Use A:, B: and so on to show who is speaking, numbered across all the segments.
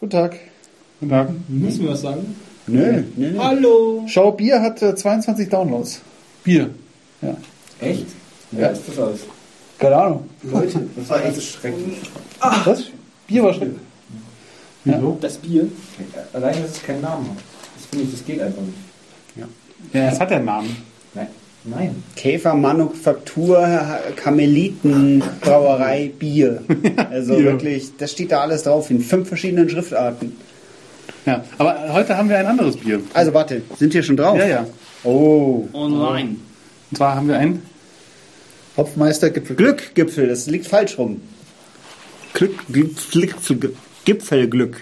A: Guten Tag.
B: Guten Tag. Müssen wir was sagen?
A: Nö, nö, nö.
B: Hallo!
A: Schau, Bier hat äh, 22 Downloads.
B: Bier.
A: Ja.
C: Echt?
A: Ja.
C: ist das alles?
A: Keine Ahnung.
C: Leute, das war echt schrecklich.
B: Ah.
A: Was? Bier war schlimm.
B: Wieso?
C: Das Bier, allein, dass es keinen Namen hat. Das finde ich, das geht einfach nicht.
B: Ja, es hat ja einen Namen.
C: Nein. Nein.
D: Käfermanufaktur, Karmelitenbrauerei, Bier. Also
B: Bier.
D: wirklich, das steht da alles drauf in fünf verschiedenen Schriftarten.
B: Ja, aber heute haben wir ein anderes Bier.
D: Also warte, sind wir schon drauf?
B: Ja, ja.
D: Oh,
E: Online.
B: Und zwar haben wir ein
A: Hopfmeister Gipfel.
D: Glückgipfel, das liegt falsch rum. Glück, Glück, Glück, Gipfelglück.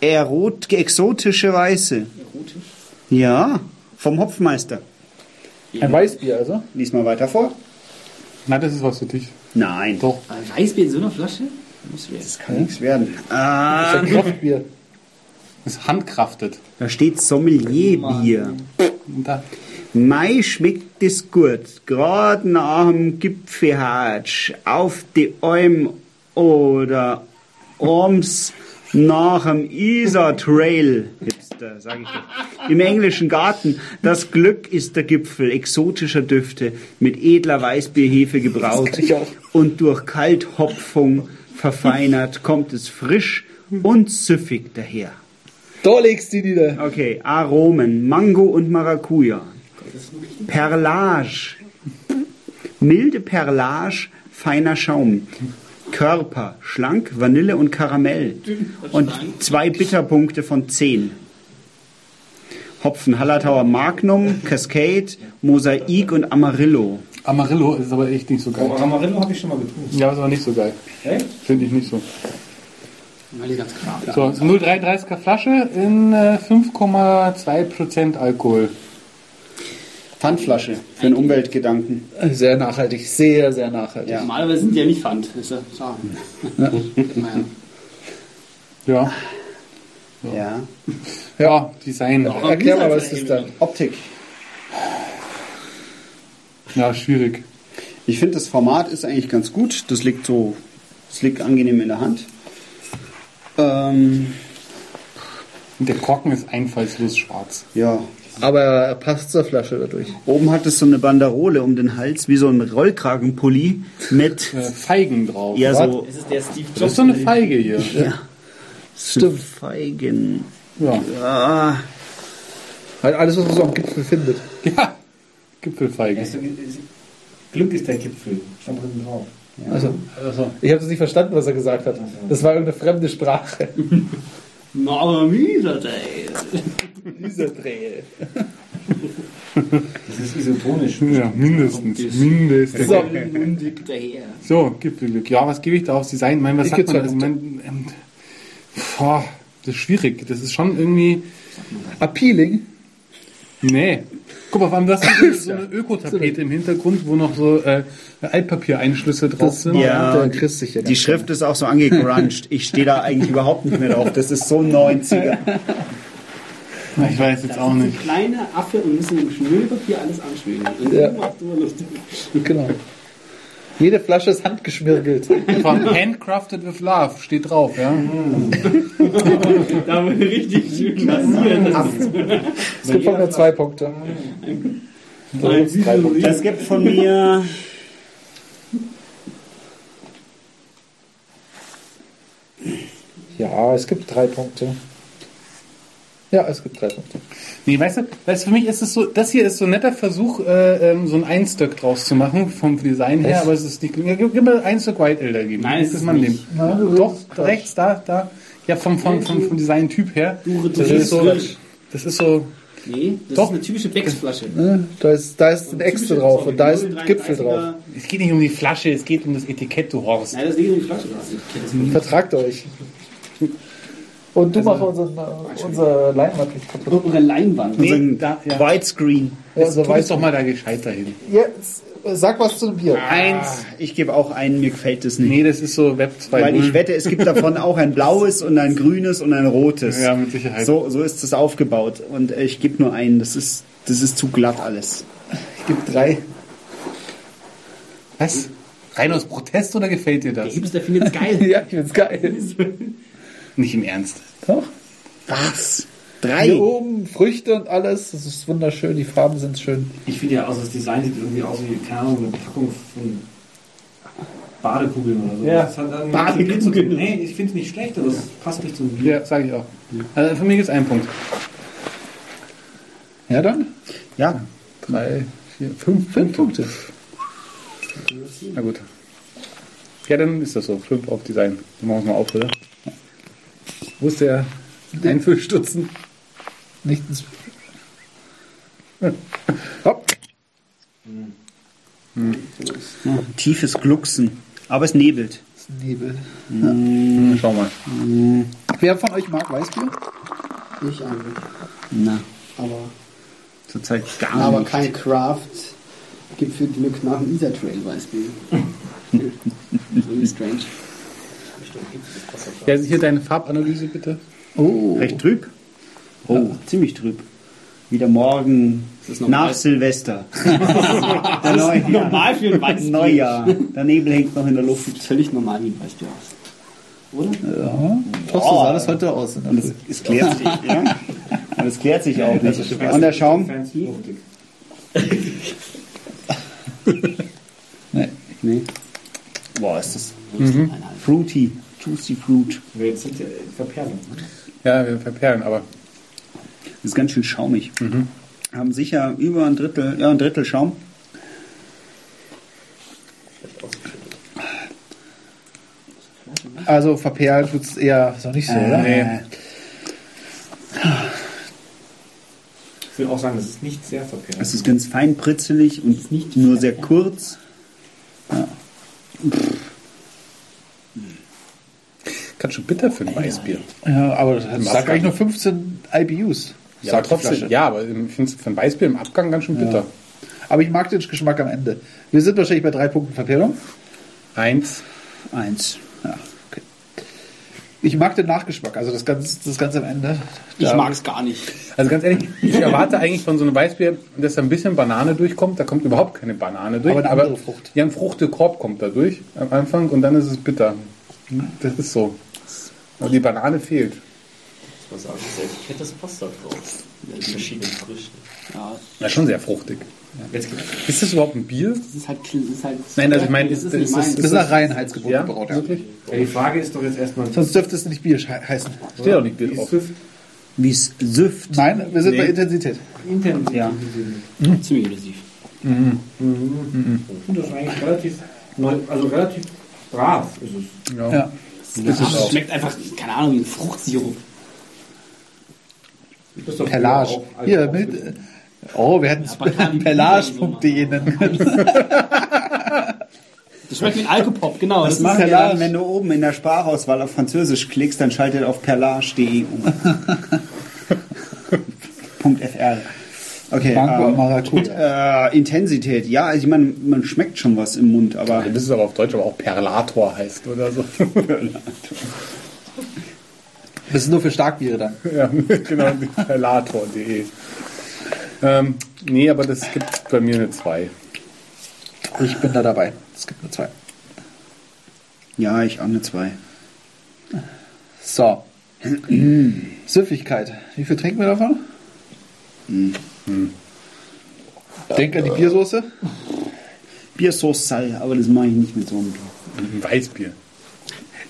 D: Erot, exotische Weiße.
C: Erotisch.
D: Ja, vom Hopfmeister.
A: Ein Weißbier also?
D: Lies mal weiter vor.
B: Na, das ist was für dich.
D: Nein,
B: Doch.
E: Ein Äh, Weißbier in so einer Flasche? Muss ich
D: das kann nichts werden. Ah,
A: Ein Kraftbier.
B: Es ist handkraftet.
D: da steht Sommelierbier.
B: Und da
D: Mei schmeckt es gut, grad nach dem Gipfelhatsch, auf die Alm oder abends nach dem Isar Trail. Hipster, sag ich doch. Im englischen Garten. Das Glück ist der Gipfel exotischer Düfte, mit edler Weißbierhefe gebraut
A: ich auch.
D: und durch Kalthopfung verfeinert, kommt es frisch und süffig daher.
A: Da legst du die nieder.
D: Okay, Aromen, Mango und Maracuja. Perlage. Milde Perlage, feiner Schaum. Körper, schlank, Vanille und Karamell. Und zwei Bitterpunkte von zehn. Hopfen, Hallertauer Magnum, Cascade, Mosaik und Amarillo.
B: Amarillo ist aber echt nicht so
C: Oh,
B: geil.
C: Amarillo habe ich schon mal getrunken.
B: Ja, ist aber nicht so geil.
C: Echt?
B: Finde ich nicht so.
E: Weil die ganz klar.
B: So, 0,33er Flasche in äh, 5,2% Alkohol.
D: Pfandflasche für den Umweltgedanken.
A: Sehr nachhaltig, sehr, sehr nachhaltig.
D: Ja.
E: Normalerweise sind die ja nicht Pfand. Ist ja schade. naja.
B: Ja.
D: Ja.
B: Ja, Design.
A: Erklär mal, was das dann?
D: Optik.
B: Ja, schwierig.
D: Ich finde, das Format ist eigentlich ganz gut. Das liegt so, das liegt angenehm in der Hand. Ähm,
B: Und der Korken ist einfallslos schwarz.
D: ja,
A: Aber er passt zur Flasche dadurch.
D: oben hat es so eine Banderole um den Hals, wie so ein Rollkragenpulli mit,
B: Äh, Feigen drauf.
D: ja, so,
C: Es ist der Steve
B: Das ist
C: Jobs.
B: so eine Feige hier.
D: ja. Stimmt. Feigen.
B: Ja.
D: Ah,
A: Halt alles, was man so am Gipfel findet.
B: ja. Gipfelfeige.
C: Weißt du, es- Glück ist der Gipfel. Stand drin drauf.
A: Also, ich habe das nicht verstanden, was er gesagt hat. Das war irgendeine fremde Sprache.
E: Mama Mieser, ey.
A: Dieser Trail.
C: Das ist isotonisch.
B: Ja, mindestens. Mindestens.
A: So.
E: Mundig daher.
B: So, Gipfelglück. Ja, was gebe ich da aufs Design? Ich meine, was
A: Ich
B: sagt man?
A: gebe
B: Also, mein, ähm, boah, das ist schwierig. Das ist schon irgendwie.
A: Appealing.
B: Nee. Guck mal, vor allem, du hast hier so eine Ökotapete im Hintergrund, wo noch so äh, Altpapiereinschlüsse drauf sind.
D: Ja.
A: der Chris sicher.
D: die Schrift ist auch so angegruncht. Ich stehe da eigentlich überhaupt nicht mehr drauf. Das ist so 90er.
B: Na, Ich weiß jetzt
E: Das
B: auch
E: ist ein
B: nicht.
E: kleiner Affe und müssen im Schmierpapier alles anschmieren. Und
A: Ja.
E: du machst du lustig.
A: Genau. Jede Flasche ist handgeschmirgelt.
B: Vor allem Handcrafted with Love steht drauf, ja.
E: Da wurde richtig schön massiert. Das ist
A: Es gibt von mir zwei Punkte.
E: ein Süßes-
D: Das gibt von mir
A: Ja, es gibt drei Punkte. Ja, es gibt drei Punkte.
B: Nee, weißt du, weißt, du, für mich ist es so, das hier ist so ein netter Versuch, äh, ähm, so ein Einstöck draus zu machen, vom Design her,
A: Echt?
B: aber es ist nicht. Ja, gib, gib mir ein Stück White Elder geben.
E: Nein, es
B: das
E: ist
B: man
E: nicht.
B: dem. Doch, rechts, da, da. Ja, vom, vom, vom, vom Design-Typ her.
E: Du
B: Das ist so.
E: Quatsch.
B: Das ist so.
E: Nee, das
B: Doch.
E: ist eine typische Becksflasche.
A: Ne? Da ist, da ist ein Extra drauf und da ist ein
E: 0,33er.
A: Gipfel drauf.
B: Es geht nicht um die Flasche, es geht um das Etikett, du Horst.
E: Nein, das liegt in die Flasche. Das ist-
A: Vertragt euch. Und du machst unseren, äh, unsere Leinwand nicht kaputt.
E: Unsere Leinwand. Also,
B: Nee,
D: unseren
B: da, ja.
D: Widescreen.
A: Ja,
B: Jetzt
A: so
B: tu es
A: weiß
B: doch mal da gescheit dahin.
A: Jetzt äh, sag was zum Bier.
D: Eins. Ah, Ich gebe auch einen, mir gefällt es nicht.
B: Nee, das ist so Web 2.
D: Weil ich wette, es gibt davon auch ein blaues und ein grünes und ein rotes.
B: Ja, mit Sicherheit.
D: So, so ist es aufgebaut. Und äh, ich gebe nur einen. Das ist, das ist zu glatt alles.
A: Es gibt drei.
B: Was? Rein aus Protest oder gefällt dir
E: Der
B: das?
E: Hipster findet es geil.
A: Ja, ich find's geil.
B: Nicht im Ernst.
A: Doch.
D: Was?
A: Hier
D: Drei?
A: oben Früchte und alles. Das ist wunderschön. Die Farben sind schön.
E: Ich finde ja, also das Design sieht irgendwie aus wie, keine Ahnung, eine Packung von Badekugeln oder so.
A: Ja.
E: Das hat dann
D: Badekugeln.
E: Zu, nee, ich finde es nicht schlecht, aber es passt nicht zum Bier.
B: Ja, sage ich auch. Also von mir gibt es einen Punkt.
A: Ja, dann?
D: Ja.
A: Drei, vier, fünf, fünf Punkte.
B: Na gut. Ja, dann ist das so. Fünf auf Design. Dann machen wir mal auf, oder? Wo ist der Einfüllstutzen?
A: Nicht ins. Hopp.
D: Tiefes Glucksen. Aber es nebelt.
A: Das ist Nebel.
B: Schau mal.
A: Wer von euch mag Weißbier?
F: Nicht eigentlich.
D: Na,
F: Aber,
D: zurzeit gar
F: aber
D: nicht.
F: kein Craft gibt für Glück nach dem Isar Trail Weißbier. Irgendwie strange.
B: Ja, also hier deine Farbanalyse bitte.
A: Oh.
D: Recht trüb? Oh, ziemlich trüb. Wieder morgen
F: ist normal.
D: nach Silvester. Der Neujahr.
E: Normal für ein weißes
D: Neujahr. Der Nebel hängt noch in der Luft.
F: Sieht völlig normal wie ein Weißbier aus. Oder?
A: Doch, so sah das heute aus. ne? In der
D: Und es,
A: Früh.
D: es klärt sich. ja? Und es klärt sich auch nicht. Und der Schaum?
E: Fans fruchtig.
D: Nee. Boah, ist das fruity. Juicy Fruit.
E: Wir Jetzt sind ja äh, Verperlen.
B: Ja, wir verperlen, aber
D: Ist ganz schön schaumig. Haben sicher über ein Drittel, ja, ein Drittel Schaum.
A: Also verperlt wird es eher so nicht so, oder?
D: Äh,
E: Ich will auch sagen, das ist nicht sehr verperlt.
D: Es ist ganz fein pritzelig und nur sehr kurz.
B: ganz schön bitter für ein Weißbier.
A: Ja, aber das hat-
B: Im
A: sagt
B: Abgang.
A: eigentlich nur 15 IBUs.
B: Ja,
A: sagt die
B: trotzdem.
A: Flasche.
B: Ja, aber ich finde es für ein Weißbier im Abgang ganz schön bitter.
A: Aber ich mag den Geschmack am Ende. Wir sind wahrscheinlich bei drei Punkten Verperlung.
B: Eins.
D: Eins. Ja.
A: Ich mag den Nachgeschmack, also das ganze, das ganze am Ende.
F: Ich
A: Da-
F: mag's gar nicht.
B: Also ganz ehrlich, ich erwarte eigentlich von so einem Weißbier, dass da ein bisschen Banane durchkommt. Da kommt überhaupt keine Banane durch.
A: Aber eine andere Frucht.
B: Ja, ein Fruchtekorb kommt da durch am Anfang und dann ist es bitter. Das ist so. Und die Banane fehlt.
G: Ich muss sagen, das Etikett, das passt da drauf. Mit verschiedenen Früchten.
F: Ja,
B: Ja, schon sehr fruchtig.
E: Jetzt gibt's
B: Ist das überhaupt ein Bier?
F: das ist halt. Das ist halt
B: Nein, also ich meine,
F: das
B: ist-
F: ist nicht
B: ist-
F: meins.
A: Das ist nach Reinheitsgebot
B: Ja,
A: gebraut, ja.
B: wirklich?
E: Ja, die Frage ist doch jetzt erstmal,
A: Sonst dürfte es nicht Bier schei- heißen.
B: Steht auch nicht Bier
E: wie
B: drauf.
E: Swift
D: Wie es süfft.
A: Nein, wir sind
B: Nee.
A: bei Intensität.
E: intern
D: Ja.
F: ziemlich intensiv.
E: Ich finde das eigentlich relativ, neu, also relativ brav ist es.
B: Ja.
A: Ja.
F: Das schmeckt einfach, keine Ahnung, wie ein Fruchtsirup.
E: Das ist doch
A: Perlage.
E: auch als-
A: Hier, mit. äh, Oh, wir hätten es
F: aber kann die
A: perlage.de nennen können.
F: Das schmeckt wie Alkopop, genau.
D: Was
F: Das,
D: machen wir
A: Perlage.
D: dann, wenn du oben in der Sprachauswahl auf Französisch klickst, dann schaltet auf perlage.de um. Punkt .fr. Okay.
A: Mango
D: ähm,
A: Maracuja.
D: äh, Intensität. Ja, also ich meine, man schmeckt schon was im Mund, aber
B: Wir wissen aber auf Deutsch, aber auch Perlator heißt oder so.
A: Das ist nur für Starkbiere dann.
B: ja, genau, perlator.de. Ähm, nee, aber das gibt bei mir eine 2.
A: Ich bin da dabei. Es gibt nur zwei.
D: ja, ich auch eine zwei.
A: So. Süffigkeit. Wie viel trinken wir davon? Denk an die Biersoße.
D: Biersauce Sal, aber das mache ich nicht mit so einem.
B: Ein Weißbier.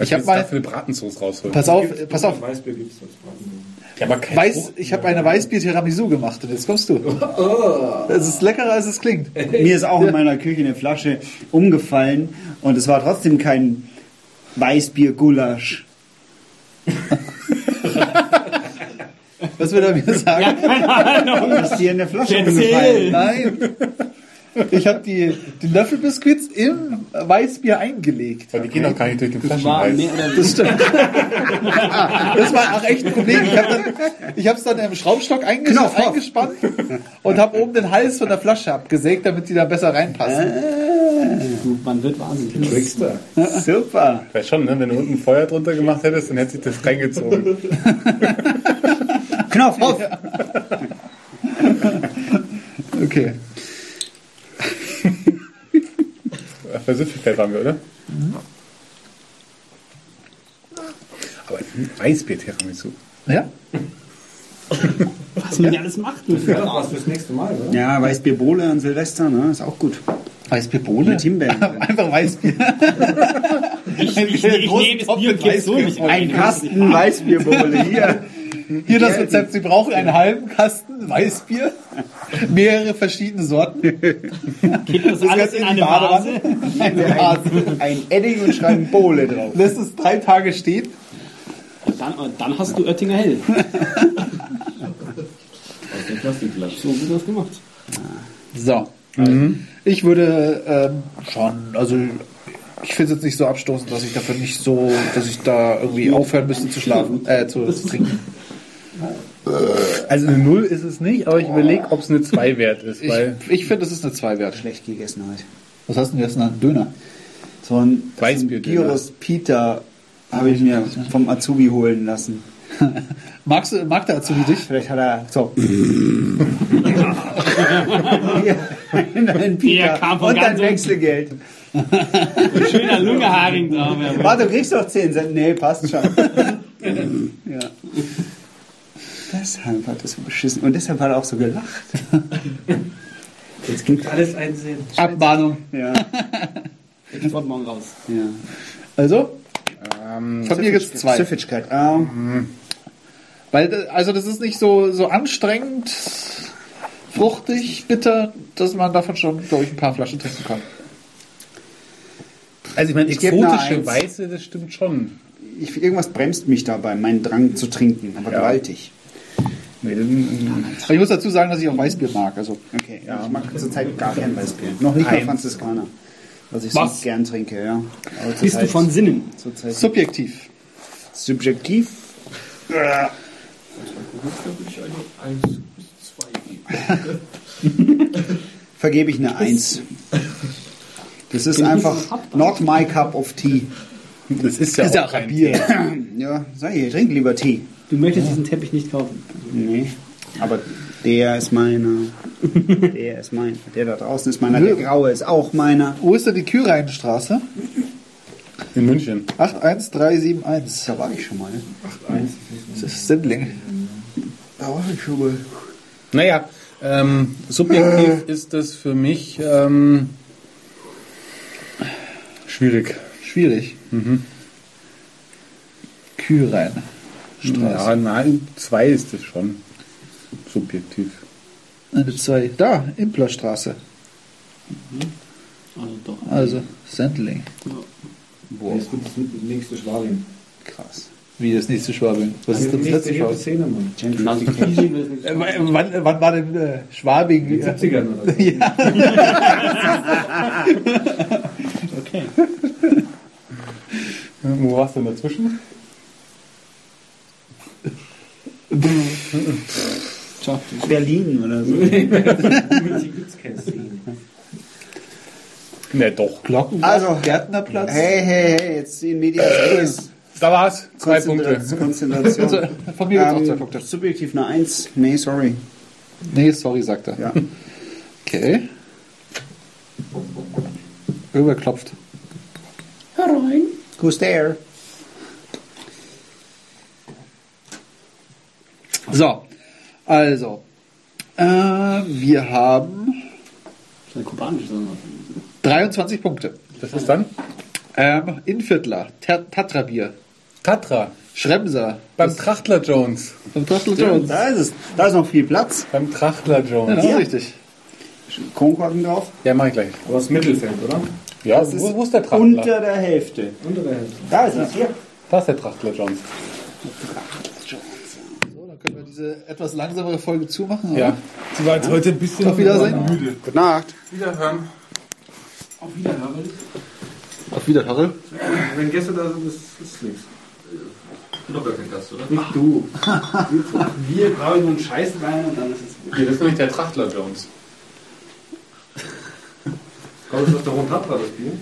A: Ich hab mal-
B: für eine Bratensauce rausholen.
A: Pass auf, äh, pass auf.
E: Weißbier gibt es als Braten.
B: Ja, aber kein
A: Weiß,
B: Frucht-
A: ich habe eine Weißbier-Tiramisu gemacht und jetzt kommst du. Es ist leckerer, als es klingt.
D: Mir ist auch in meiner Küche eine Flasche umgefallen und es war trotzdem kein Weißbier-Gulasch.
A: Was will er mir sagen?
D: Was ist dir in der Flasche
E: Erzähl!
D: umgefallen?
A: Nein. Ich habe die, die Löffelbiskuits im Weißbier eingelegt.
B: Weil die gehen doch gar nicht durch den
F: war
B: Flaschenhals.
F: mehr oder
A: Das stimmt. Das war auch echt ein Problem. Ich habe es dann, im Schraubstock einges
D: Knopf auf.
A: eingespannt und habe oben den Hals von der Flasche abgesägt, damit die da besser
D: Äh,
A: reinpassen.
F: weniger. Man wird wahnsinnig.
E: Trickster.
D: Super.
B: Weil schon, ne? wenn du unten Feuer drunter gemacht hättest, dann hätte sich das reingezogen.
D: Knopf auf!
A: Okay.
B: Versüffigkeit waren wir, oder? Aber
A: Weißbier-Tiramisu.
D: Ja?
H: Was man ja alles macht. Du.
E: Ja, das fürs nächste Mal, oder?
D: Ja, Weißbierbowle an Silvester, ne? Ist auch gut.
A: Weißbier Bohle?
D: Mit Himbeeren drin.
A: Einfach Weißbier.
F: Ich, ich, ich, nehme das Bierpaket so nicht
D: Ein Kasten Weißbierbowle hier.
A: Hier das Rezept, Sie brauchen einen halben Kasten Weißbier, mehrere verschiedene Sorten.
F: Kippen das alles in eine Vase.
D: Ein, ein Edding und schreiben Bowle drauf.
A: Lässt es drei Tage stehen.
F: Dann, dann hast du Oettinger Hell.
I: Aus dem Plastikglas.
F: So gut das gemacht.
A: So. Ich würde ähm, schon, also ich finde es jetzt nicht so abstoßend, dass ich dafür nicht so, dass ich da irgendwie aufhören müsste zu schlafen, äh, zu trinken. Also eine Null ist es nicht, aber ich überlege, ob es eine 2 wert ist.
D: Ich-
A: Weil ich finde, es ist eine 2 wert.
D: Schlecht gegessen heute.
A: Was hast du denn jetzt einen Döner?
D: So ein
A: Weißbier-
D: Gyros Pita habe ich mir vom Azubi holen lassen.
A: Magst du, mag der Azubi dich?
D: Vielleicht hat er so. Nein,
F: Der
D: Pita.
F: kam von
D: Und
F: ganz
D: dann
F: unten.
D: Wechselgeld.
F: Schöner Lungeharing da. wer-
D: Warte, du kriegst doch 10 Cent. Nee, passt schon. ja. Deshalb hat er so beschissen. Und deshalb hat er auch so gelacht.
E: Jetzt gibt alles einen Sinn.
A: Abmahnung.
D: Ja.
F: Ich wollte morgen raus.
D: ja.
A: Also? Von mir gibt's zwei.
D: Süffigkeit. Ähm,
A: Weil, äh, also das ist nicht so, so anstrengend, fruchtig, bitter, dass man davon schon, glaube ich, ein paar Flaschen trinken kann. Also ich meine,
D: Ich geb eine Eins.
A: Weiße, das stimmt schon.
D: ich, irgendwas bremst mich dabei, meinen Drang zu trinken. Aber gewaltig.
A: Nee, dann- Aber ich muss dazu sagen, dass ich auch Weißbier mag. Also
D: Okay, ich mag zurzeit gar kein Weißbier. Noch nicht mal
A: Eins.
D: Franziskaner. Was ich
A: Was?
D: sonst gern trinke, ja. Aber
F: Bist du
D: zurzeit-
F: von Sinnen?
D: Zurzeit
A: subjektiv.
D: subjektiv. Vergebe ich eine Eins. Das ist einfach not my cup of tea.
A: Das ist ja,
D: Ist ja auch ein
A: Bier.
D: Ja, sei hier, trink lieber Tee.
H: Du möchtest diesen Teppich nicht kaufen.
D: Nee, aber der ist meiner. Der ist meiner. Der da draußen ist meiner. Der graue ist auch meiner.
A: Wo ist denn die Kühreinstraße?
I: In München.
A: 81371.
D: Da war ich schon mal.
A: Das ist Sendling.
D: Da war ich schon mal.
A: Naja,
B: Ähm, subjektiv
A: Äh.
B: ist das für mich ähm, schwierig.
A: schwierig. Kührein.
B: Ja, nein, zwei ist es schon. Subjektiv.
A: Eine zwei. Da, Implerstraße.
F: Also doch.
A: Also Sendling.
E: Boah. Jetzt kommt das nächste Schwabing.
D: Krass.
A: Wie das nächste Schwabing? Was ist denn das letzte
E: Schwabing?
A: Schwabing?
E: Szene, Mann.
F: Genau, die Kieschen müssen
A: Also, Äh, wann, äh, wann war denn äh, Schwabing?
E: In den 70ern oder so.
B: Wo warst du denn dazwischen?
D: Berlin oder so.
E: Sie gibt's keine Szene.
B: Ne, doch.
A: Glocken
D: Also,
A: Gärtnerplatz? Äh,
D: Hey, hey, hey, jetzt in Medias Res.
B: Da war's. Zwei
D: Konzentra-
B: Punkte.
D: Konzentration.
A: Also, Von mir gibt's auch
D: Ähm,
A: zwei Punkte.
D: Subjektiv eine Eins. Nee, sorry.
A: Nee, sorry, sagt er.
D: Ja.
A: Okay. Irgendwer klopft.
D: Who's there?
A: So, also. Äh, wir haben
F: Das ist kubanisch, sondern
A: 23 Punkte.
B: Das ist dann
A: Ähm, Inviertler, Ter- Tatrabier,
B: Tatra.
A: Schremser,
B: Beim Trachtler Jones.
A: beim Trachtel Jones.
D: Da ist es. Da ist noch viel Platz.
B: Beim Trachtler
A: Ja,
B: Jones.
A: das ist richtig.
D: Kronkorken drauf.
B: Ja, mach ich gleich.
E: Aber das Mittelfeld, oder?
B: Ja, wo, wo ist der Trachtler?
D: Unter der Hälfte.
E: Untere Hälfte.
D: Da ist es. Hier.
B: da ist der Trachtler Jones.
A: So, dann können wir diese etwas langsamere Folge zumachen. oder?
B: Ja. Sie war jetzt heute ein bisschen
A: Auf Wiedersehen.
D: Gute Nacht.
B: Wiederhören.
A: Auf Wiederhören.
E: Wenn Gäste da sind, ist es nichts.
H: Nicht du. Wir brauchen nur einen Scheiß rein und dann ist es gut.
B: Hier, das ist nämlich der Trachtler Jones.
E: Aber das ist doch ein Tatra, das Bier.